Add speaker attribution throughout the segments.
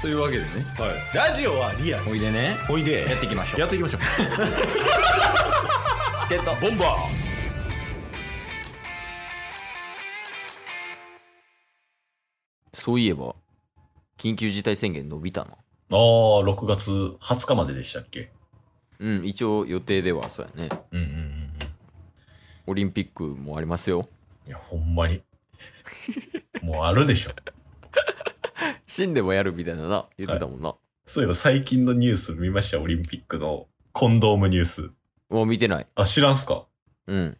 Speaker 1: というわけでね
Speaker 2: はい、ラジオはリアル
Speaker 1: おいでね
Speaker 2: おいで
Speaker 1: やっていきましょう
Speaker 2: やっていきましょう
Speaker 1: ゲット
Speaker 2: ボンバ
Speaker 1: そういえば緊急事態宣言伸びたな
Speaker 2: ーああ6月20日まででしたっけ
Speaker 1: うん一応予定ではそうやね
Speaker 2: うんうんうん
Speaker 1: オリンピックもありますよ
Speaker 2: いやほんまにもうあるでしょ
Speaker 1: 死んでもやるみたいなな言ってたもんな、
Speaker 2: そういえば最近のニュース見ましたオリンピックのコンドームニュース
Speaker 1: もう見てない
Speaker 2: あ知らんすか
Speaker 1: うん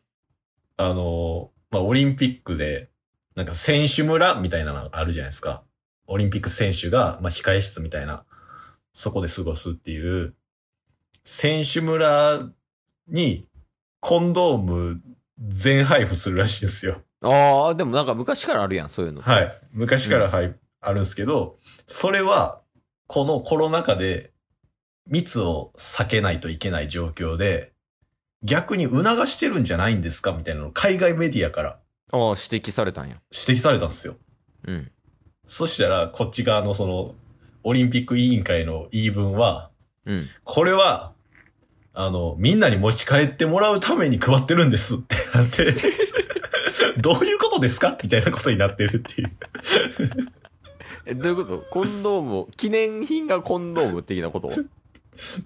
Speaker 2: あのーまあオリンピックでなんか選手村みたいなのがあるじゃないですかオリンピック選手が、まあ、控え室みたいなそこで過ごすっていう選手村にコンドーム全配布するらしいんですよ
Speaker 1: ああでもなんか昔からあるやんそういうの
Speaker 2: はい。昔から、はい、あるんですけど、それは、このコロナ禍で、密を避けないといけない状況で、逆に促してるんじゃないんですかみたいなのを海外メディアから
Speaker 1: ああ指摘されたんや
Speaker 2: 指摘されたんですよ。
Speaker 1: うん
Speaker 2: そしたら、こっち側のその、オリンピック委員会の言い分は、
Speaker 1: うん
Speaker 2: これは、あの、みんなに持ち帰ってもらうために配ってるんですってなって、どういうことですかみたいなことになってるっていう。
Speaker 1: えどういうことコンドームを記念品がコンドーム的なこと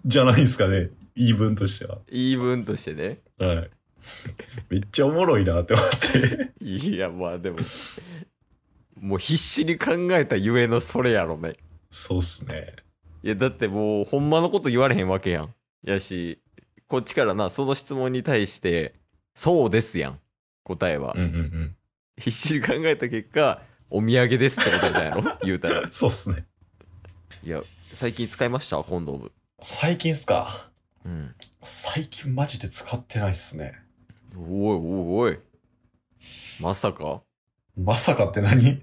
Speaker 2: じゃないですかね。言い分としては。
Speaker 1: 言い分としてね
Speaker 2: はい。めっちゃおもろいなって思って。
Speaker 1: いやまあでももう必死に考えたゆえのそれやろね
Speaker 2: そうっすね。
Speaker 1: いやだってもうほんまのこと言われへんわけやんやしこっちからなその質問に対して「そうですやん」答えは、
Speaker 2: うんうん
Speaker 1: 必死に考えた結果お土産ですってことだよ言うたら
Speaker 2: うん。そうっすね。
Speaker 1: いや最近使いましたコンドーム
Speaker 2: 最近っすか
Speaker 1: うん
Speaker 2: 最近マジで使ってないっすね。
Speaker 1: おいおいおいまさか
Speaker 2: まさかって何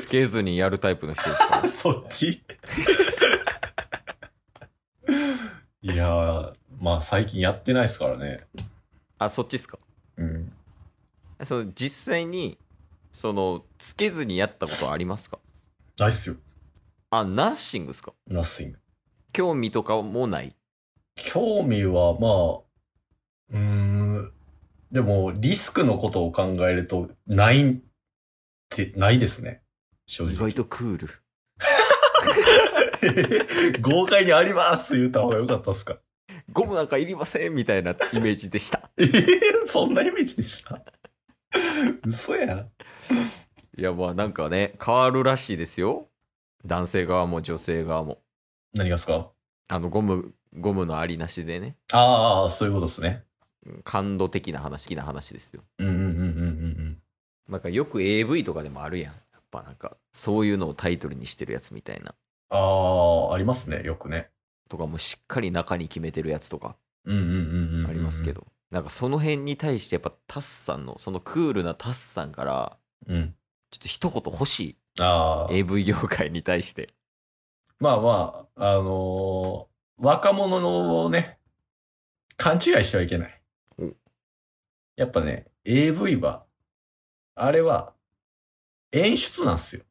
Speaker 1: つけずにやるタイプの人ですか
Speaker 2: そっちいやー、まあ最近やってないっすからね。
Speaker 1: あそっちっすか
Speaker 2: うん。
Speaker 1: その実際にそのつけずにやったことありますか
Speaker 2: ないっすよ。
Speaker 1: あナッシングっすか
Speaker 2: ナッシング。
Speaker 1: 興味とかもない
Speaker 2: 興味は、まあ、うーん、でも、リスクのことを考えると、ないん、って、ないですね。正
Speaker 1: 意
Speaker 2: 直。
Speaker 1: 外とクール
Speaker 2: 豪快にあります言った方が良かったっすか
Speaker 1: ゴムなんかいりませんみたいなイメージでした。
Speaker 2: え そんなイメージで した嘘やん。
Speaker 1: いや、まあなんかね、変わるらしいですよ。男性側も女性側も。
Speaker 2: 何がっすか
Speaker 1: あの、ゴム、ゴムのありなしでね、
Speaker 2: ああ、そういうことですね。
Speaker 1: 感度的な話、好きな話ですよ。
Speaker 2: うんうんうんうんうん
Speaker 1: なんかよく AV とかでもあるやん。やっぱなんか、そういうのをタイトルにしてるやつみたいな。
Speaker 2: うん。ああ、ありますね、よくね。
Speaker 1: とかもうしっかり中に決めてるやつとか
Speaker 2: うんうんうんうん。
Speaker 1: ありますけ。ど。なんかその辺に対してやっぱタスさんの、そのクールなタスさんから、
Speaker 2: うん。
Speaker 1: ちょっと一言欲しい。
Speaker 2: ああ。
Speaker 1: AV 業界に対して。
Speaker 2: まあまあ、あのー若者のね、勘違いしてはいけない
Speaker 1: お。
Speaker 2: やっぱね、AV は、あれは、演出なんですよ。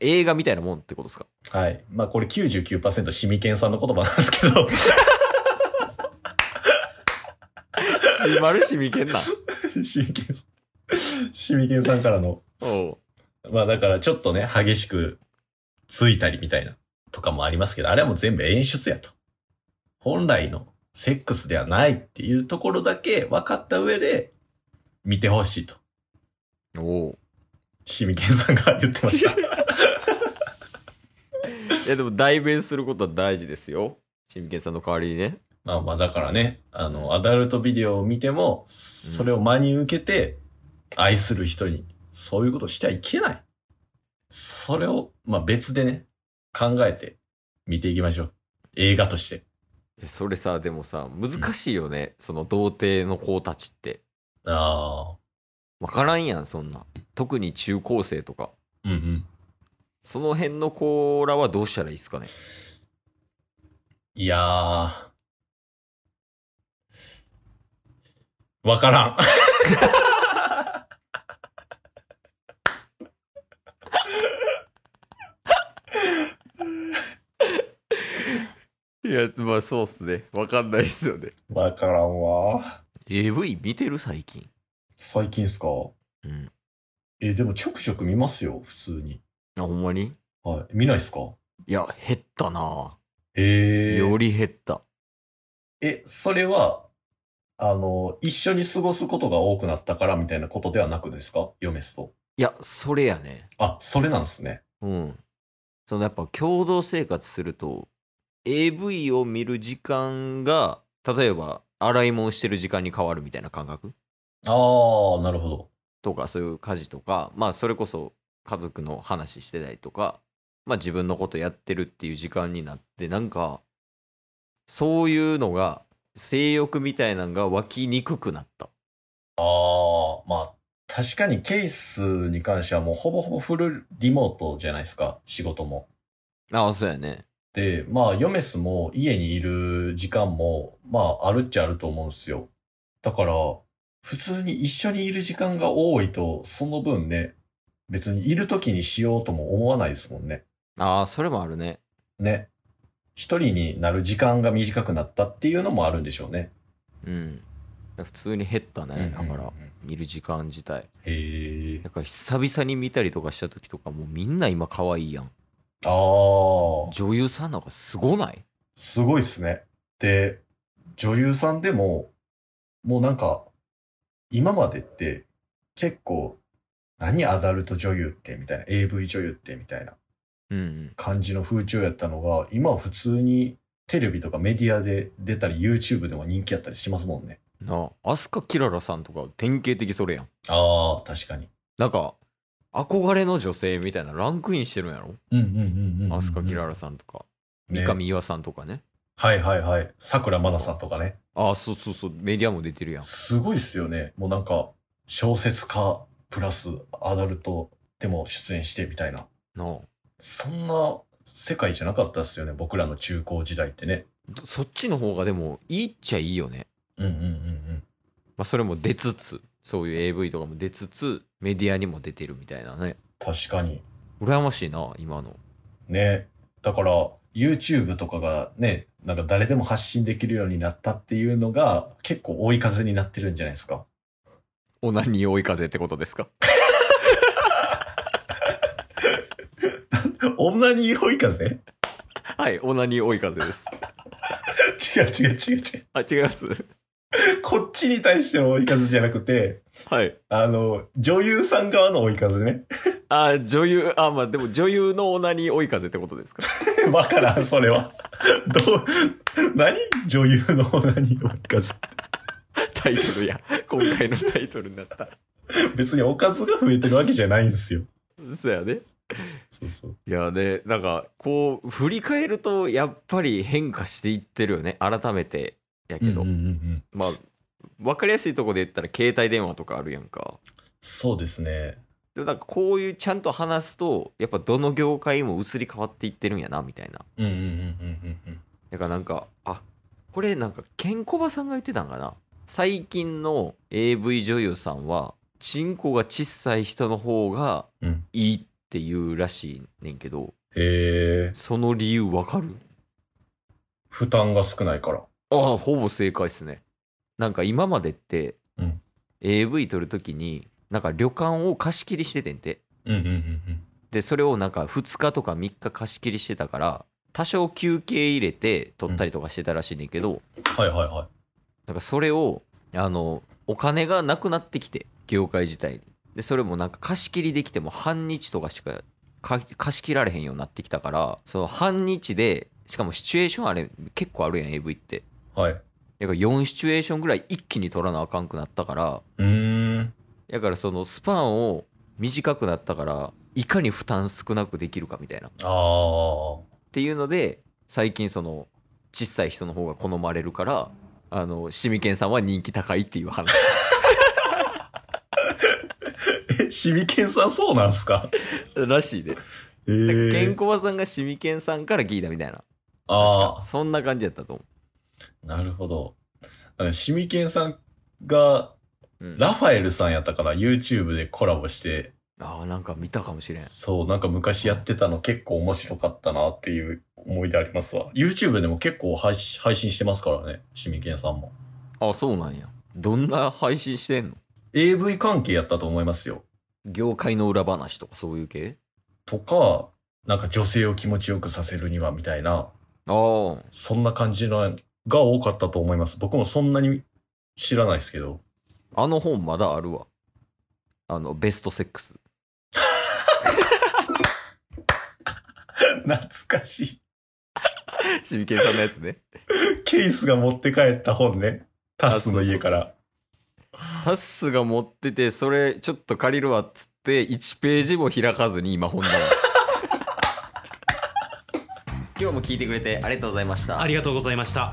Speaker 1: 映画みたいなもんってことですか
Speaker 2: はい。まあこれ99%シミケンさんの言葉なんですけど、
Speaker 1: しまるしみけんな。
Speaker 2: シミケンさん、シミケンさんからの、
Speaker 1: お
Speaker 2: まあだからちょっとね、激しくついたりみたいな、とかもありますけど、あれはもう全部演出やと。本来のセックスではないっていうところだけ分かった上で、見てほしいと。
Speaker 1: お お
Speaker 2: シミケンさんが言ってました。
Speaker 1: いやでも代弁することは大事ですよ。真剣さんの代わりにね。
Speaker 2: まあまあだからね、あの、アダルトビデオを見ても、それを真に受けて、愛する人に、そういうことしちゃいけない。それを、まあ別でね、考えて見ていきましょう。映画として。
Speaker 1: いやそれさ、でもさ、難しいよね。その童貞の子たちって。
Speaker 2: ああ。
Speaker 1: わからんやん、そんな。特に中高生とか。
Speaker 2: うんうん。
Speaker 1: その辺の子らはどうしたらいいですかね。
Speaker 2: いやー。わからん。
Speaker 1: いや、まあそうっすね。わかんないっすよね。
Speaker 2: わからんわ。
Speaker 1: AV 見てる最近。
Speaker 2: 最近っすか
Speaker 1: うん。
Speaker 2: え、でもちょくちょく見ますよ、普通に。
Speaker 1: あ、ほんまに
Speaker 2: はい。見ないっすか
Speaker 1: いや、減ったな
Speaker 2: ええ
Speaker 1: より減った。
Speaker 2: え、それは、あの、一緒に過ごすことが多くなったからみたいなことではなくですかヨメスと。
Speaker 1: いや、それやね。
Speaker 2: あ、それなんですね。
Speaker 1: うん。そのやっぱ共同生活すると、AV を見る時間が、例えば洗い物してる時間に変わるみたいな感覚
Speaker 2: ああ、なるほど。
Speaker 1: とか、そういう家事とか、まあそれこそ家族の話してたりとか、まあ自分のことやってるっていう時間になって、なんか、そういうのが、性欲みたいなのが湧きにくくなった。
Speaker 2: ああ、まあ、確かにケースに関してはもうほぼほぼフルリモートじゃないですか、仕事も。
Speaker 1: ああ、そうやね。
Speaker 2: で、まあ、ヨメスも家にいる時間も、まあ、あるっちゃあると思うんですよ。だから、普通に一緒にいる時間が多いと、その分ね、別にいる時にしようとも思わないですもんね。
Speaker 1: ああ、それもあるね。
Speaker 2: ね、一人になる時間が短くなったっていうのもあるんでしょうね。
Speaker 1: うん。普通に減ったね。だから、
Speaker 2: へ
Speaker 1: 見る時間自体。
Speaker 2: え。
Speaker 1: だから久々に見たりとかした時とか、もうみんな今可愛いやん。
Speaker 2: ああ、
Speaker 1: 女優さんなんかすごない
Speaker 2: すごいっすね。で、女優さんでも、もうなんか、今までって結構、何アダルト女優ってみたいな、AV 女優ってみたいな
Speaker 1: うんうん。
Speaker 2: 感じの風潮やったのが、今は普通にテレビとかメディアで出たり、YouTube でも人気やったりしますもんね。
Speaker 1: なあ、アスカキララさんとか典型的それやん。
Speaker 2: ああ、確かに。
Speaker 1: なんか、憧れの女性みたいなランクインしてるんやろ
Speaker 2: うんうんうんうんうん。
Speaker 1: アスカキララさんとか、三
Speaker 2: ね
Speaker 1: 上岩さんとかね。
Speaker 2: はいはいはい。桜まなさんとかね。
Speaker 1: ああ、そうそうそう、メディアも出てるやん。
Speaker 2: すごいっすよね。もうなんか、小説家、プラスアダルトでも出演してみたいな。
Speaker 1: なあ。
Speaker 2: そんな世界じゃなかったっすよね。僕らの中高時代ってね。
Speaker 1: そっちの方がでも、いいっちゃいいよね。
Speaker 2: うんうんうんうん。
Speaker 1: まあ、それも出つつ、そういう AV とかも出つつ、メディアにも出てるみたいなね。
Speaker 2: 確かに。
Speaker 1: 羨ましいな、今の。
Speaker 2: ね。だから、YouTube とかがね、なんか誰でも発信できるようになったっていうのが結構追い風になってるんじゃないですか。
Speaker 1: オナニー追い風ってこと ですか
Speaker 2: 女に追い風違う
Speaker 1: はい、オナニー追い風です。
Speaker 2: 違う違う違う。
Speaker 1: あ、違います。
Speaker 2: こっちに対しての追い風じゃなくて、
Speaker 1: はい。
Speaker 2: あの、女優さん側の追い風ね。
Speaker 1: あ、女優、あ、まあでも女優のオナニー追い風ってことですか
Speaker 2: わからん、それは。どう、何女優の何おかず。
Speaker 1: タイトルや。 今回のタイトルになった。
Speaker 2: 別におかずが増えてるわけじゃないんですよ。
Speaker 1: そうやね。
Speaker 2: そうそう。
Speaker 1: いやね、なんか、こう、振り返ると、やっぱり変化していってるよね。改めて。やけど。
Speaker 2: うんうんうんうん
Speaker 1: まあ、わかりやすいとこで言ったら、携帯電話とかあるやんか。
Speaker 2: そうですね。
Speaker 1: でもなんか、こういうちゃんと話すと、やっぱどの業界も移り変わっていってるんやな、みたいな。
Speaker 2: うんうんうんうんうんうん。
Speaker 1: だからなんかあこれなんかケンコバさんが言ってたんかな最近の AV 女優さんはチンコが小さい人の方が
Speaker 2: うん
Speaker 1: いいっていうらしいねんけど
Speaker 2: へえ。
Speaker 1: その理由わかる
Speaker 2: 負担が少ないから。
Speaker 1: ああほぼ正解っすねなんか今までって、
Speaker 2: うん
Speaker 1: AV 撮るときになんか旅館を貸し切りしててんて
Speaker 2: うんうんうん
Speaker 1: でそれをなんか2日とか3日貸し切りしてたから多少休憩入れて撮ったりとかしてたらしいねんけど、
Speaker 2: うん。はいはいは
Speaker 1: なんかそれをあのお金がなくなってきて業界自体にでそれもなんか貸し切りできても半日とかしかか貸し切られへんようになってきたからその半日でしかもシチュエーションあれ結構あるやん AV って
Speaker 2: い。はい。
Speaker 1: だから4シチュエーションぐらい一気に取らなあかんくなったから
Speaker 2: うーん。
Speaker 1: だからそのスパンを短くなったからいかに負担少なくできるかみたいなっ
Speaker 2: ああ。
Speaker 1: ていうので最近その小さい人の方が好まれるからあのシミケンさんは人気高いっていう話
Speaker 2: え、シミケンさんそうなんすから
Speaker 1: しいで。
Speaker 2: え
Speaker 1: ケンコバさんがシミケンさんから聞いたみたいな。確か
Speaker 2: ああ。
Speaker 1: そんな感じやったと思
Speaker 2: なるほど。なんかシミケンさん
Speaker 1: う。
Speaker 2: が
Speaker 1: うん、
Speaker 2: ラファエルさんやったから YouTube でコラボして
Speaker 1: ああなんか見たかもしれん
Speaker 2: そう、なんか昔やってたの結構面白かったなっていう思い出ありますわ。YouTube でも結構配信配信してますからね、市民権さんも。
Speaker 1: あそうなんやどんな配信してんの
Speaker 2: AV 関係やったと思いますよ。
Speaker 1: 業界の裏話とかそういう系
Speaker 2: とか、なんか女性を気持ちよくさせるにはみたいな、
Speaker 1: ああ
Speaker 2: そんな感じのが多かったと思います。僕もそんなに知らないですけど。
Speaker 1: あの本まだあるわあのベストセックス
Speaker 2: 懐かしい。
Speaker 1: シミケンさんのやつね
Speaker 2: ケースが持って帰った本ね。タスの家から。
Speaker 1: タッスが持っててそれちょっと借りるわっつって1ページも開かずに今本棚 今日も聞いてくれてありがとうございました
Speaker 3: ありがとうございました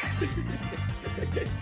Speaker 3: す